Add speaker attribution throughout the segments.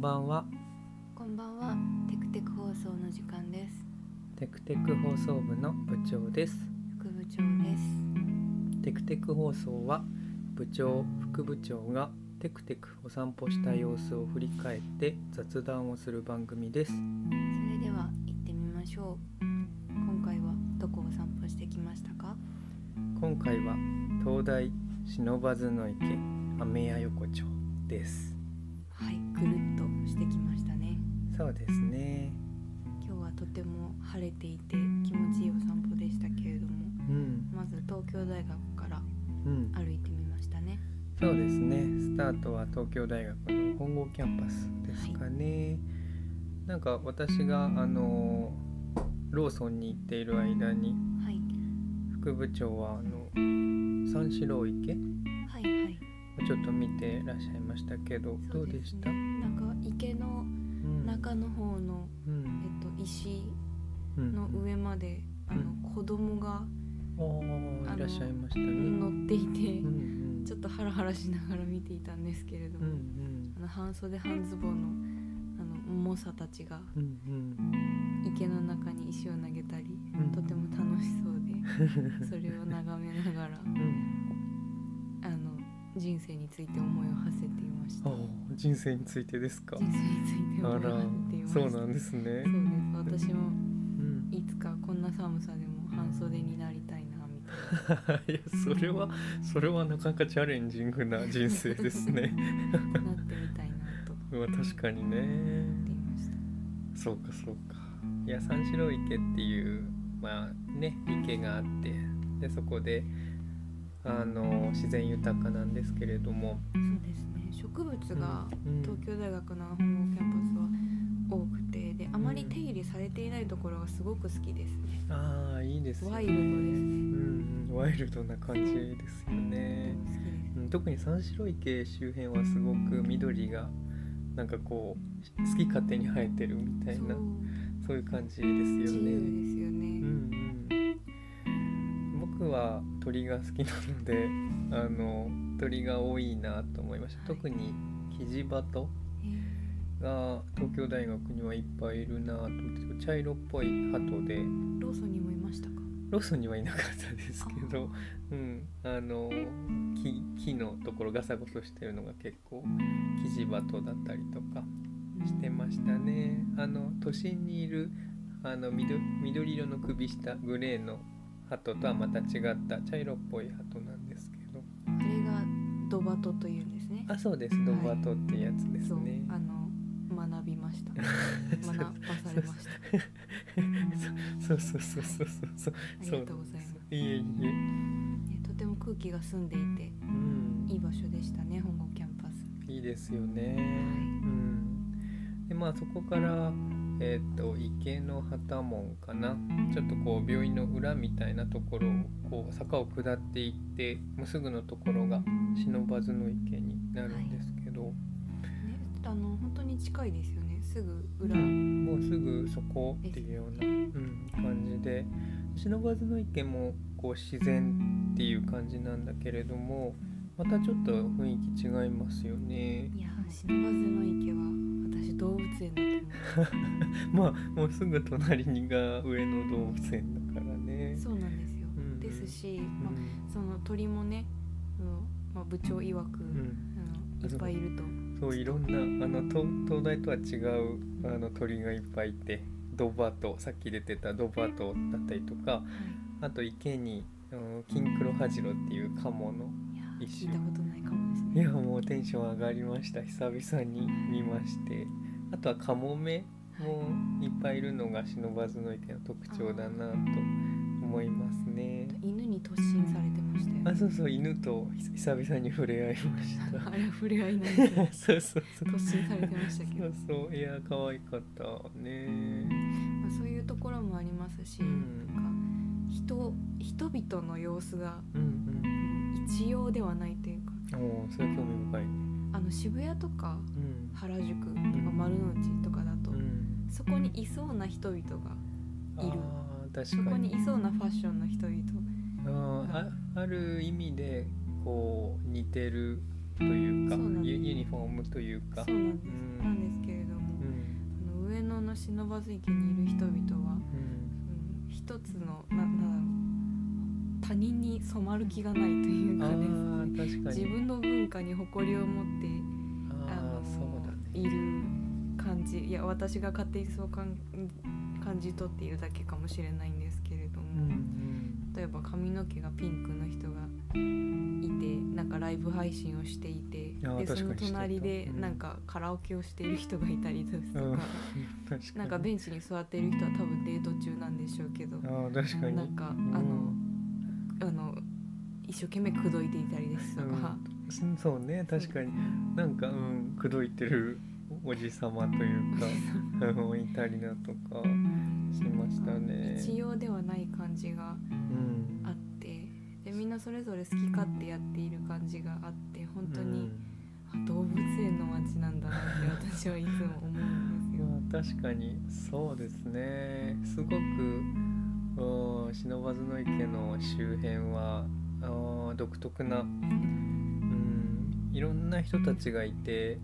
Speaker 1: ばんは
Speaker 2: こんばんは、テクテク放送の時間です。
Speaker 1: テクテク放送部の部長です
Speaker 2: 副部長です。
Speaker 1: テクテク放送は部長副部長がテクテクお散歩した様子を振り返って雑談をする番組です
Speaker 2: それでは行ってみましょう。今回はどこを散歩してきましたか？
Speaker 1: 今回は東大忍ばずの池雨屋横丁です
Speaker 2: はい、ぐるっとしてきましたね。
Speaker 1: そうですね
Speaker 2: 今日はとても晴れていて気持ちいいお散歩でしたけれども、
Speaker 1: うん
Speaker 2: まず東京大学から
Speaker 1: うん
Speaker 2: 歩いてみましたね。
Speaker 1: そうですねスタートは東京大学の本郷キャンパスですかね、なんか私があのローソンに行っている間に
Speaker 2: はい、
Speaker 1: 副部長はあの三四郎池
Speaker 2: はいはい。
Speaker 1: をちょっと見てらっしゃいましたけど、ど
Speaker 2: そうすね
Speaker 1: でした、
Speaker 2: なんか池の
Speaker 1: うん
Speaker 2: 中の方の、
Speaker 1: う
Speaker 2: え
Speaker 1: ん
Speaker 2: っと石
Speaker 1: うん
Speaker 2: の上まで、あ
Speaker 1: う
Speaker 2: の子供が
Speaker 1: あーいらっしゃいましたね、
Speaker 2: 乗っていて。
Speaker 1: うんうん
Speaker 2: ちょっとハラハラしながら見ていたんですけれど
Speaker 1: う
Speaker 2: も、
Speaker 1: んうん
Speaker 2: あの半袖半ズボンのあの重さたちが
Speaker 1: うん
Speaker 2: 池の中に石を投げたり、
Speaker 1: うん
Speaker 2: とても楽しそうでそれを眺めながら
Speaker 1: うん
Speaker 2: あの人生について思いを馳せていました
Speaker 1: あー人生についてですか
Speaker 2: 人生について思
Speaker 1: あ
Speaker 2: いを
Speaker 1: ら
Speaker 2: 馳せていました
Speaker 1: そうなんですね
Speaker 2: そうです私
Speaker 1: う
Speaker 2: も
Speaker 1: ん
Speaker 2: いつかこんな寒さでも半袖になりたいなみたいな い
Speaker 1: やそれはそれはなかなかチャレンジングな人生です ね
Speaker 2: なってみたいなと思
Speaker 1: まあ確かにね
Speaker 2: っていました
Speaker 1: そうかそうかいや三四郎池っていうまあね池があってでそこであの自然豊かなんですけれども
Speaker 2: そうですね植物が
Speaker 1: うん
Speaker 2: 東京大学の本郷キャンパスは多くてであまり手入れされていないところがすごく好きですね、
Speaker 1: ああいいですよ
Speaker 2: ワイルドです
Speaker 1: う
Speaker 2: ね
Speaker 1: んうんワイルドな感じですよね
Speaker 2: 好きです
Speaker 1: うん特に三四郎池周辺はすごく緑がなんかこう好き勝手に生えてるみたいな
Speaker 2: そう
Speaker 1: そういう感じです
Speaker 2: 自
Speaker 1: よ
Speaker 2: 由
Speaker 1: ね。
Speaker 2: ですよね、
Speaker 1: うんうん、僕は鳥が好きなのであの鳥が多いなと思いました、
Speaker 2: はい
Speaker 1: 特にキジバト
Speaker 2: え
Speaker 1: が東京大学にはいっぱいいるなと思って茶色っぽい鳩で
Speaker 2: ーローソンにもいましたか
Speaker 1: ローソンにはいなかったですけど、うん、あの木木のところガサゴソしてるのが結構キジバトだったりとかしてましたねあの都心にいるあの緑緑色の首下グレーの鳩とはまた違った茶色っぽい鳩なんですけど
Speaker 2: あれがドバトというんですね
Speaker 1: あそうですドバトってやつです
Speaker 2: そう
Speaker 1: ね、
Speaker 2: あの学びました 学ばされまし た
Speaker 1: そうそうそうそうそう
Speaker 2: あり
Speaker 1: そう
Speaker 2: がとうございます
Speaker 1: いえいえ、
Speaker 2: ねとても空気が澄んでいて
Speaker 1: うん、
Speaker 2: いい場所でしたね本郷キャンパス
Speaker 1: いいですよね、うんでまあそこからえっ、と池の旗門かなちょっとこう病院の裏みたいなところをこう坂を下っていってもうすぐのところが忍ばずの池になるんですけど、
Speaker 2: ねあの本当に近いですよねすぐ裏
Speaker 1: もうすぐそこっていうような、うん、感じで忍ばずの池もこう自然っていう感じなんだけれどもまたちょっと雰囲気違いますよね。
Speaker 2: いやー忍ばずの池は私動物園だと思う
Speaker 1: まあもうすぐ隣にが上野動物園だからね。
Speaker 2: そうなんですよ、
Speaker 1: うんうん
Speaker 2: ですし、
Speaker 1: う
Speaker 2: まあ、
Speaker 1: ん
Speaker 2: その鳥もね、そのまあ、部長曰く、
Speaker 1: うん、
Speaker 2: あのいっぱいいると
Speaker 1: そういろんなあの東東大とは違うあの鳥がいっぱいいてドバトさっき出てたドバトだったりとかあと池にあのキンクロハジロっていうカモの
Speaker 2: いやー
Speaker 1: 一
Speaker 2: 聞
Speaker 1: 緒
Speaker 2: いたことないかもです
Speaker 1: い
Speaker 2: ね
Speaker 1: やもうテンション上がりました久々に見ましてあとはカモメもいっぱいいるのが忍ばずの池の特徴だなと思いますね。
Speaker 2: 犬に突進されてました
Speaker 1: あ
Speaker 2: よ
Speaker 1: そうそう犬と久々に触れ合いまし
Speaker 2: あ
Speaker 1: た
Speaker 2: れは触れ合いなんです よ
Speaker 1: そうそうそう
Speaker 2: 突進されてましたけ
Speaker 1: そ
Speaker 2: ど、
Speaker 1: うそういや可愛かったね
Speaker 2: まあ、そういうところもありますし、
Speaker 1: うん
Speaker 2: なんか人人々の様子が
Speaker 1: うん
Speaker 2: 一様ではないというか
Speaker 1: うんおおそれ興味深いね
Speaker 2: あの渋谷とか
Speaker 1: うん
Speaker 2: 原宿とか丸の内とかだと、
Speaker 1: うん
Speaker 2: そこにいそうな人々が
Speaker 1: あ
Speaker 2: いる
Speaker 1: ー確か
Speaker 2: そこ
Speaker 1: に
Speaker 2: にいそうなファッションの人々
Speaker 1: あーあある意味でこう似てるというか
Speaker 2: そうなんです
Speaker 1: ユユニフォームというか
Speaker 2: そうなんです、
Speaker 1: うん
Speaker 2: なんですけれど
Speaker 1: う、ん
Speaker 2: もあの上野の不忍池にいる人々は、
Speaker 1: うん
Speaker 2: うん、一つのななんだろう他人に染まる気がないという
Speaker 1: あ
Speaker 2: かですね
Speaker 1: ー確か
Speaker 2: 自
Speaker 1: に
Speaker 2: 分の文化に誇りを持ってあ
Speaker 1: あ
Speaker 2: の
Speaker 1: ーそうだね
Speaker 2: いる感じいや私が勝手にそう感感じ取っているだけかもしれないんですけれども、
Speaker 1: うん
Speaker 2: 例えば髪の毛がピンクの人がいてなんかライブ配信をしていて
Speaker 1: あー
Speaker 2: でそ
Speaker 1: 確か
Speaker 2: の
Speaker 1: にしてた
Speaker 2: 隣で
Speaker 1: うん
Speaker 2: なんかカラオケをしている人がいたりですと
Speaker 1: うん
Speaker 2: か、
Speaker 1: 確かに
Speaker 2: なんかベンチに座っている人は多分デート中なんでしょうけど
Speaker 1: あー確かに
Speaker 2: なんかあ
Speaker 1: うん
Speaker 2: のあの一生懸命口説いていたりですとか、
Speaker 1: うん そうね確かになんかうん口説いてるおじさまという かうんいたりだとかしましたね。
Speaker 2: 一様ではない感じが
Speaker 1: うん
Speaker 2: あってでみんなそれぞれ好き勝手やっている感じがあって本当に、あ動物園の街なんだなって私はいつも思うん
Speaker 1: うん
Speaker 2: で
Speaker 1: い
Speaker 2: す
Speaker 1: や
Speaker 2: よ。
Speaker 1: 確かにそうですねすごくうん不忍池の周辺はあー独特な、うん、いろんな人たちがいて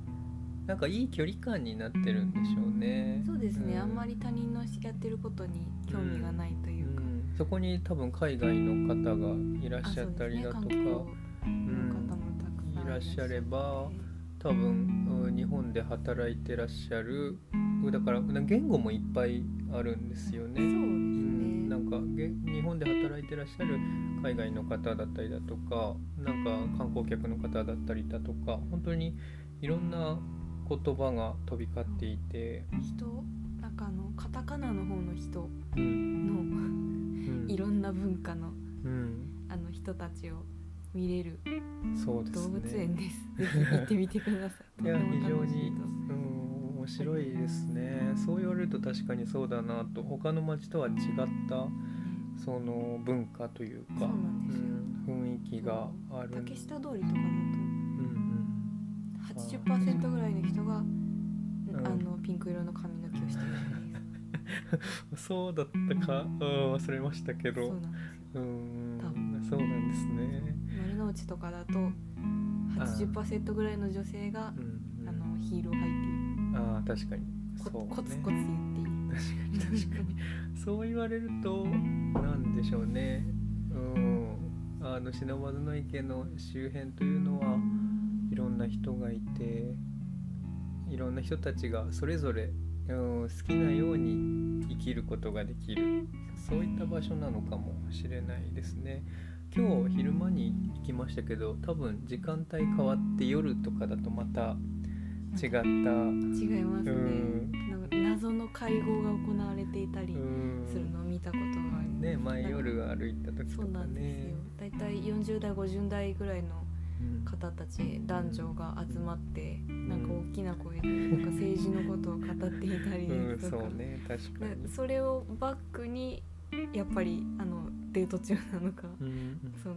Speaker 1: なんかいい距離感になってるんでしょうね。
Speaker 2: そうですね、
Speaker 1: うん
Speaker 2: あんまり他人のやってることに興味がないというか、
Speaker 1: うんそこに多分海外の方がいらっしゃったりだとか、
Speaker 2: あそうですね、環境
Speaker 1: うん
Speaker 2: の方もたくさん
Speaker 1: いらっしゃれば
Speaker 2: いらっし
Speaker 1: 多分うん日本で働いてらっしゃるだから言語もいっぱいあるんです
Speaker 2: ゃ
Speaker 1: よ
Speaker 2: って
Speaker 1: ね。
Speaker 2: そうですね、
Speaker 1: うんなんかげ日本で働いてらっしゃる海外の方だったりだとかなんか観光客の方だったりだとか本当にいろんな言葉が飛び交っていて、
Speaker 2: 人なんかあのカタカナの方の人
Speaker 1: うん
Speaker 2: の
Speaker 1: うん
Speaker 2: いろんな文化の
Speaker 1: うん
Speaker 2: あの人たちを見れる
Speaker 1: そうですね
Speaker 2: 動物園です。ぜひ行ってみてください。
Speaker 1: いや
Speaker 2: とて
Speaker 1: 非
Speaker 2: も
Speaker 1: 常
Speaker 2: 楽しい
Speaker 1: に
Speaker 2: と
Speaker 1: うん面白いですねそう言われると確かにそうだなと他の町とは違ったその文化という
Speaker 2: そ
Speaker 1: か
Speaker 2: うなんですよ
Speaker 1: うん雰囲気がある
Speaker 2: 竹下通りとかだ
Speaker 1: うん
Speaker 2: と80%ぐらいの人が、
Speaker 1: ん
Speaker 2: あのピンク色の髪の毛をしてる みたい
Speaker 1: うん、そうだったか、うん、忘れましたけ
Speaker 2: です。
Speaker 1: ど
Speaker 2: そうなんで
Speaker 1: うん
Speaker 2: 多分
Speaker 1: そうなんです
Speaker 2: すよ
Speaker 1: ね。
Speaker 2: 丸の内とかだと80%ぐらいの女性が
Speaker 1: う
Speaker 2: あ
Speaker 1: ん
Speaker 2: のヒールを履い
Speaker 1: あー確かに
Speaker 2: ている。
Speaker 1: そう
Speaker 2: こ
Speaker 1: ね
Speaker 2: コツコツ言っている。
Speaker 1: 確かに確かにそう言われるとなんでしょうねうんあの不忍池の周辺というのはいろんな人がいていろんな人たちがそれぞれ、うん、好きなように生きることができるそういった場所なのかもしれないですね今日昼間に行きましたけど多分時間帯変わって夜とかだとまた違った、うん
Speaker 2: 違いますね
Speaker 1: うん。
Speaker 2: なんか謎の会合が行われていたりするのを見たことがあります。
Speaker 1: ね前夜歩いた時と
Speaker 2: そうな
Speaker 1: か
Speaker 2: んです
Speaker 1: ね
Speaker 2: よ。だいたい40代50代ぐらいの
Speaker 1: うん
Speaker 2: 方たち男女が集まって、
Speaker 1: ん
Speaker 2: なんか大きな声でなんか政治のことを語っていたり
Speaker 1: う
Speaker 2: で
Speaker 1: ん、
Speaker 2: す
Speaker 1: そ
Speaker 2: とか、
Speaker 1: うね確かに
Speaker 2: な、それをバックにやっぱりあのデート中なのか、
Speaker 1: うん、
Speaker 2: その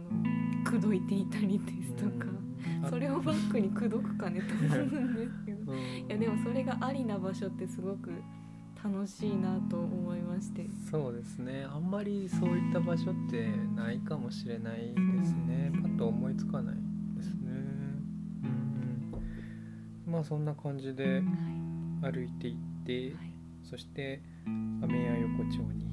Speaker 2: 口説いていたりですとか、
Speaker 1: うん
Speaker 2: それをバックに口説くか ねと思うんですけど
Speaker 1: うん
Speaker 2: いやでもそれがありな場所ってすごく楽しいなと思いまして。
Speaker 1: そうですねあんまりそういった場所ってないかもしれないですねパッと思いつかないですねうんうんまあそんな感じで
Speaker 2: は
Speaker 1: 歩いていって、
Speaker 2: い、はい、
Speaker 1: そして雨屋横丁に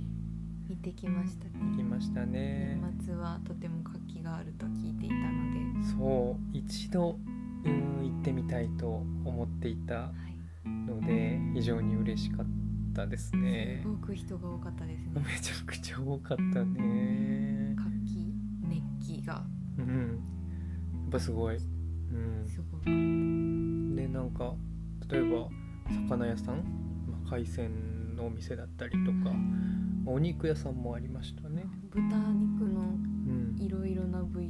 Speaker 2: 見てきましたね
Speaker 1: 行きましたね
Speaker 2: 年末はとても活気があると聞いていたので、
Speaker 1: そう一度うん行ってみたいと思っていた
Speaker 2: はい、
Speaker 1: ので非常に嬉しかったですね
Speaker 2: す。ごく人が多かったですね
Speaker 1: めちゃくちゃ多かったね。
Speaker 2: 活気熱気が
Speaker 1: うん、やっぱすごい。う
Speaker 2: すごく
Speaker 1: ん、でなんか例えば魚屋さん、まあ、海鮮のお店だったりとか、お肉屋さんもありましたね。
Speaker 2: 豚肉の
Speaker 1: うん、
Speaker 2: いろいろな部位を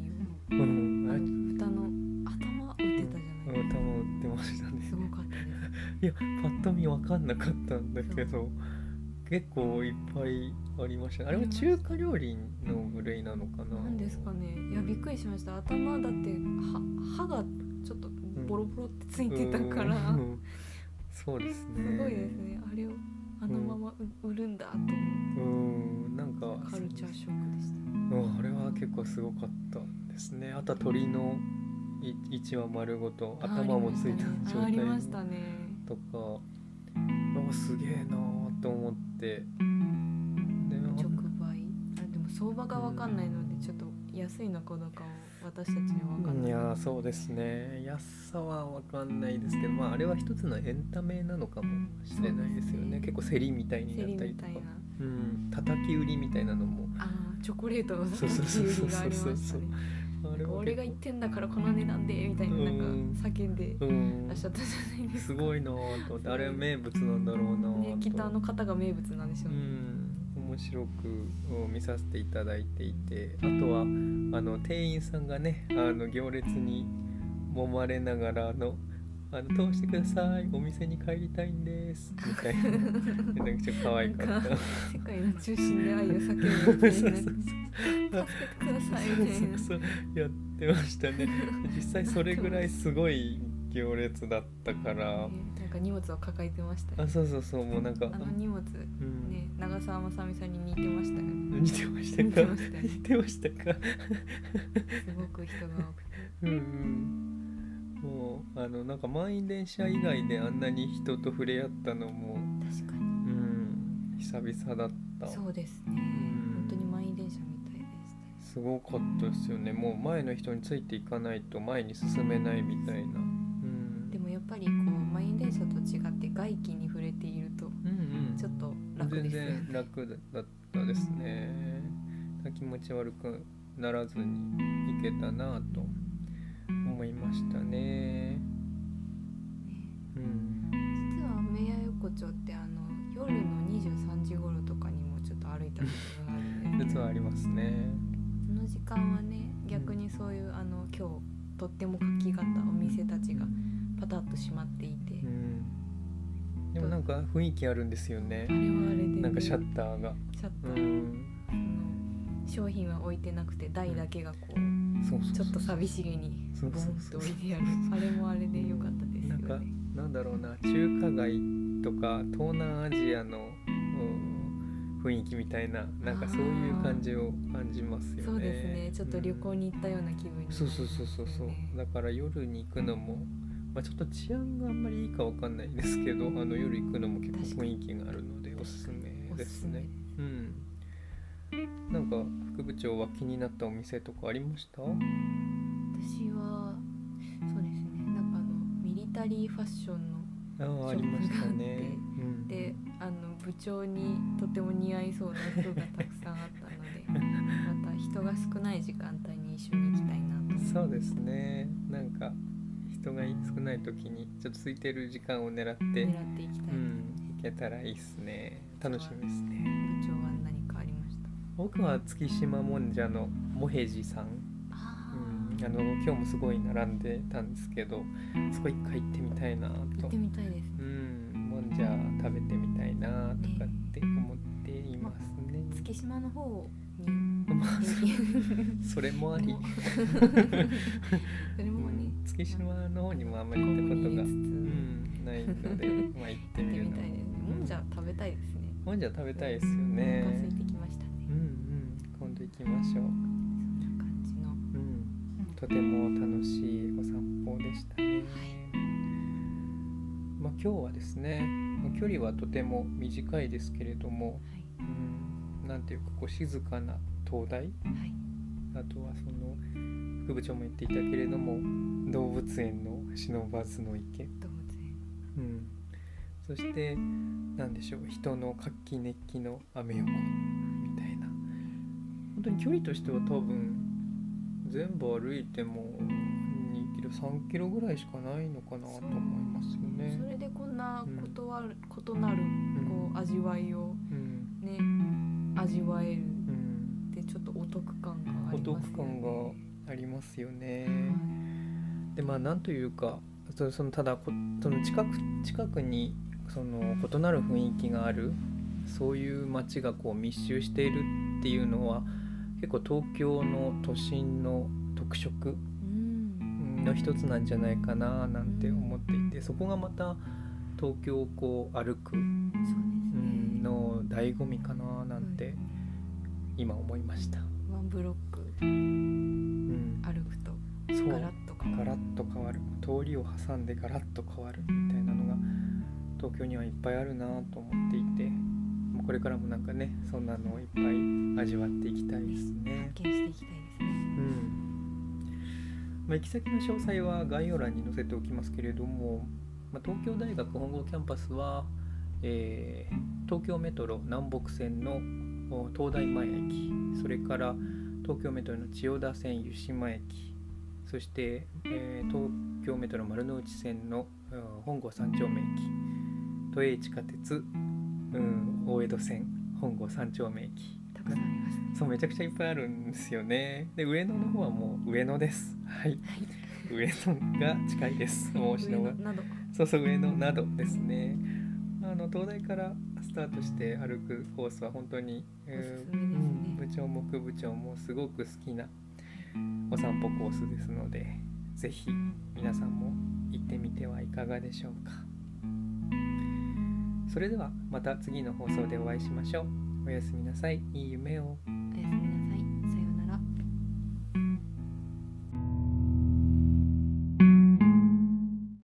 Speaker 1: うん、
Speaker 2: あ
Speaker 1: あれ
Speaker 2: の豚の頭打ってたじゃないですか、
Speaker 1: 頭を打ってましたね。
Speaker 2: すごかったです
Speaker 1: いやパッと見わかんなかったんだけど結構いっぱいありましたねあれは中華料理の部類なのかな
Speaker 2: 何ですかねいやびっくりしました頭だっては歯がちょっとボロボロってついてたから、
Speaker 1: うんうんそうですね
Speaker 2: すごいですねあれをあのままう売るんだと思って
Speaker 1: うんなんか
Speaker 2: カルチャーショックでした
Speaker 1: うんあれは結構すごかったですねあとは鶏のい一話丸ごと
Speaker 2: あ
Speaker 1: 頭もついた状
Speaker 2: あ
Speaker 1: 態
Speaker 2: り
Speaker 1: の
Speaker 2: ましたね
Speaker 1: とかあすげえなーと思ってでほん
Speaker 2: ありましたね直売あでも相場が分かんないのでちょっと安いのかどうかを私たちには分かんない
Speaker 1: いやーそうですね安さは分かんないですけど、まあ、あれは一つのエンタメなのかもしれないですよ
Speaker 2: そうです
Speaker 1: ね
Speaker 2: ね
Speaker 1: 結構競りみたいに
Speaker 2: セ
Speaker 1: な
Speaker 2: リ
Speaker 1: ったり
Speaker 2: み
Speaker 1: と
Speaker 2: た
Speaker 1: か
Speaker 2: いな
Speaker 1: うん、叩き売りみたいなのも
Speaker 2: あーチョコレートの
Speaker 1: そ
Speaker 2: 叩
Speaker 1: う
Speaker 2: き
Speaker 1: そうそう
Speaker 2: 売
Speaker 1: そう
Speaker 2: りがありま
Speaker 1: そう
Speaker 2: し
Speaker 1: そ
Speaker 2: た
Speaker 1: う
Speaker 2: ね
Speaker 1: あ
Speaker 2: なん
Speaker 1: れ
Speaker 2: か
Speaker 1: は
Speaker 2: 俺が
Speaker 1: 結
Speaker 2: 言ってんだからこの値段でみたいななんか
Speaker 1: うん
Speaker 2: 叫んで
Speaker 1: 構うん
Speaker 2: らっしゃったじゃないです
Speaker 1: す
Speaker 2: か、
Speaker 1: ごいなーと思ってあれは名物なんだろうなーと
Speaker 2: ね、ギターの方が名物なんでしょ
Speaker 1: う
Speaker 2: うね、
Speaker 1: ん、面白くうん見させていただいていてあとはあの店員さんがねあの行列に揉まれながらあのあの通してくださいお店に帰りたいんですみたいな めちゃくちゃ可愛か
Speaker 2: な
Speaker 1: っ
Speaker 2: ん
Speaker 1: た
Speaker 2: か。世界の中心で愛を叫ぶみたいな助けてくださいみたいな
Speaker 1: そうそうやってましたね実際それぐらいすごい行列だったから
Speaker 2: ねなんか荷物を抱えてました
Speaker 1: あ
Speaker 2: よ
Speaker 1: そうそうそうもうなんか
Speaker 2: あの荷物ね
Speaker 1: うん
Speaker 2: 長澤まさみさんに似てましたよね
Speaker 1: 似てました
Speaker 2: 似て
Speaker 1: か
Speaker 2: ましたよ
Speaker 1: 似てましたか
Speaker 2: すごく人が多く
Speaker 1: うん
Speaker 2: て
Speaker 1: うんもうあのなんか満員電車以外であんなに人と触れ合ったのも、
Speaker 2: 確か
Speaker 1: う
Speaker 2: に
Speaker 1: ん、久々だった
Speaker 2: そうですね本当に満員電車みたいです
Speaker 1: すごかったですよねもう前の人についていかないと前に進めないみたいな、うん、
Speaker 2: でもやっぱりこう満員電車と違って外気に触れていると
Speaker 1: うんうん
Speaker 2: ちょっと楽
Speaker 1: 全
Speaker 2: ですよね
Speaker 1: 然楽だったですね気持ち悪くならずにいけたなと思いましたねうん
Speaker 2: 実は名屋横丁ってあの夜の23時頃とかにもちょっと歩いたことがあるんですけ
Speaker 1: 実
Speaker 2: ど
Speaker 1: はありますね
Speaker 2: その時間はね逆にそういうあの今日とっても活気があったお店たちがパタッと閉まっていて、
Speaker 1: うんでもなんか雰囲気あるんですよね
Speaker 2: あれはあれで、ね、
Speaker 1: なんかシャ
Speaker 2: シ
Speaker 1: ッターが
Speaker 2: ャッ
Speaker 1: う
Speaker 2: ター、
Speaker 1: ん
Speaker 2: その商品は置いてなくて台だけがこう
Speaker 1: そうそう
Speaker 2: ち
Speaker 1: そ
Speaker 2: ょ
Speaker 1: う
Speaker 2: っと寂しげにボ
Speaker 1: そ
Speaker 2: ン
Speaker 1: うそう
Speaker 2: と
Speaker 1: そう
Speaker 2: 置いてあるあれもあれで良かったですよ
Speaker 1: なんか
Speaker 2: ね。
Speaker 1: なんだろうな中華街とか東南アジアの、うん雰囲気みたいななんかそういう感じを感じますよね。
Speaker 2: そうですねちょっと旅行に行ったような気分になり
Speaker 1: うん、
Speaker 2: ます
Speaker 1: そ
Speaker 2: よ
Speaker 1: う
Speaker 2: ね、
Speaker 1: そうそうそうそうだから夜に行くのも、まあ、ちょっと治安があんまりいいかわかんないですけどあの夜行くのも結構雰囲気があるのでおすすめ
Speaker 2: お
Speaker 1: ですす
Speaker 2: すめ
Speaker 1: ね。うん、なんか副部長は気になったお店とかありました
Speaker 2: 私はそうですねなんかあのミリタリーファッションの
Speaker 1: あーありましたね。うん
Speaker 2: であの部長にとても似合いそうな服がたくさんあったの でまた人が少ない時間帯に一緒に行きたいなと思います
Speaker 1: そうですねなんか人が少ない時にちょっと空いてる時間を狙って、
Speaker 2: 狙っていきた
Speaker 1: う
Speaker 2: い、
Speaker 1: ん、行けたらいいっすね楽しみですね
Speaker 2: 部長は何かありました
Speaker 1: 僕は月島もんじゃのモヘジさん、
Speaker 2: あ
Speaker 1: う
Speaker 2: ー
Speaker 1: ん、あの今日もすごい並んでたんですけどそこ一回行ってみたいな
Speaker 2: 行
Speaker 1: と
Speaker 2: ってみたいですね
Speaker 1: うんもんじゃ食べてみたいなとかって思っていますね
Speaker 2: 月島の方に
Speaker 1: まあそれもあり、
Speaker 2: それ
Speaker 1: う
Speaker 2: もね、
Speaker 1: ん、月島の方にもあんまり
Speaker 2: こ
Speaker 1: 行
Speaker 2: こ
Speaker 1: ったこ
Speaker 2: に
Speaker 1: と
Speaker 2: 入
Speaker 1: が
Speaker 2: れつつ、
Speaker 1: うん、ないので、 まあ行って
Speaker 2: 行っ
Speaker 1: み
Speaker 2: て
Speaker 1: る
Speaker 2: み
Speaker 1: の
Speaker 2: たいですねもんじゃ食べたいですね
Speaker 1: もんじゃ食べたいですよ
Speaker 2: お
Speaker 1: ね
Speaker 2: 腹。空いてきましたね
Speaker 1: うんうん、今度行きましょう。
Speaker 2: そんな感じの
Speaker 1: うん、
Speaker 2: うん
Speaker 1: とても楽しいお散歩でしたね。まあ今日はですね、まあ距離はとても短いですけれども、
Speaker 2: はい
Speaker 1: うん、なんていうかこう静かな灯台、
Speaker 2: はい
Speaker 1: あとはその副部長も言っていたけれども、動物園の忍ばずの池。
Speaker 2: 動物園
Speaker 1: うん、そして何でしょう人の活気熱気の雨横みたいな本当に距離としては多分全部歩いても2キロ3キロぐらいしかないのかなと思いますよ
Speaker 2: そ
Speaker 1: ね。
Speaker 2: れでこんな
Speaker 1: うん
Speaker 2: ことある、異なるこう味わいを
Speaker 1: うん
Speaker 2: ね味わえる
Speaker 1: うん
Speaker 2: ってちょっとお得感がありますよね
Speaker 1: お得感がありますよね。でまあなんというかそそのただこその近く近くにその異なる雰囲気があるそういう街がこう密集しているっていうのは結構東京の都心の特色
Speaker 2: うん
Speaker 1: の一つなんじゃないかななんて思っていてそこがまた東京をこう歩くうん
Speaker 2: そうですね、
Speaker 1: の醍醐味かななんて今思いました。
Speaker 2: ワンブロック
Speaker 1: うん、
Speaker 2: 歩くと
Speaker 1: そう
Speaker 2: ガラッと変
Speaker 1: ガ
Speaker 2: わ
Speaker 1: ラ
Speaker 2: る
Speaker 1: ッ通りを挟んでガラッと変わるみたいなのが東京にはいっぱいあるなと思っていてもうこれからもなんかねそんなのをいっぱい味わっていきたいですね。
Speaker 2: 発見していきたいです
Speaker 1: う
Speaker 2: ね
Speaker 1: んまあ、行き先の詳細は概要欄に載せておきますけれども、まあ、東京大学本郷キャンパスは、えー東京メトロ南北線のお東大前駅それから東京メトロの千代田線湯島駅そして、えー東京メトロ丸の内線のうん本郷三丁目駅都営地下鉄、うん、大江戸線本郷三丁目駅
Speaker 2: たくさんありますね
Speaker 1: そうめちゃくちゃいっぱいあるんですよねで上野の方はもう上野ですはい上野が近い ですもう
Speaker 2: 上
Speaker 1: 品
Speaker 2: 野
Speaker 1: 川
Speaker 2: など
Speaker 1: そうそう上野などですねあの東大からスタートして歩くコースは本当にえー
Speaker 2: おすすめですね
Speaker 1: うん部長も副部長もすごく好きなお散歩コースですのでぜひ皆さんも行ってみてはいかがでしょうかそれではまた次の放送でお会いしましょうおやすみなさいいい夢を
Speaker 2: おやすみなさい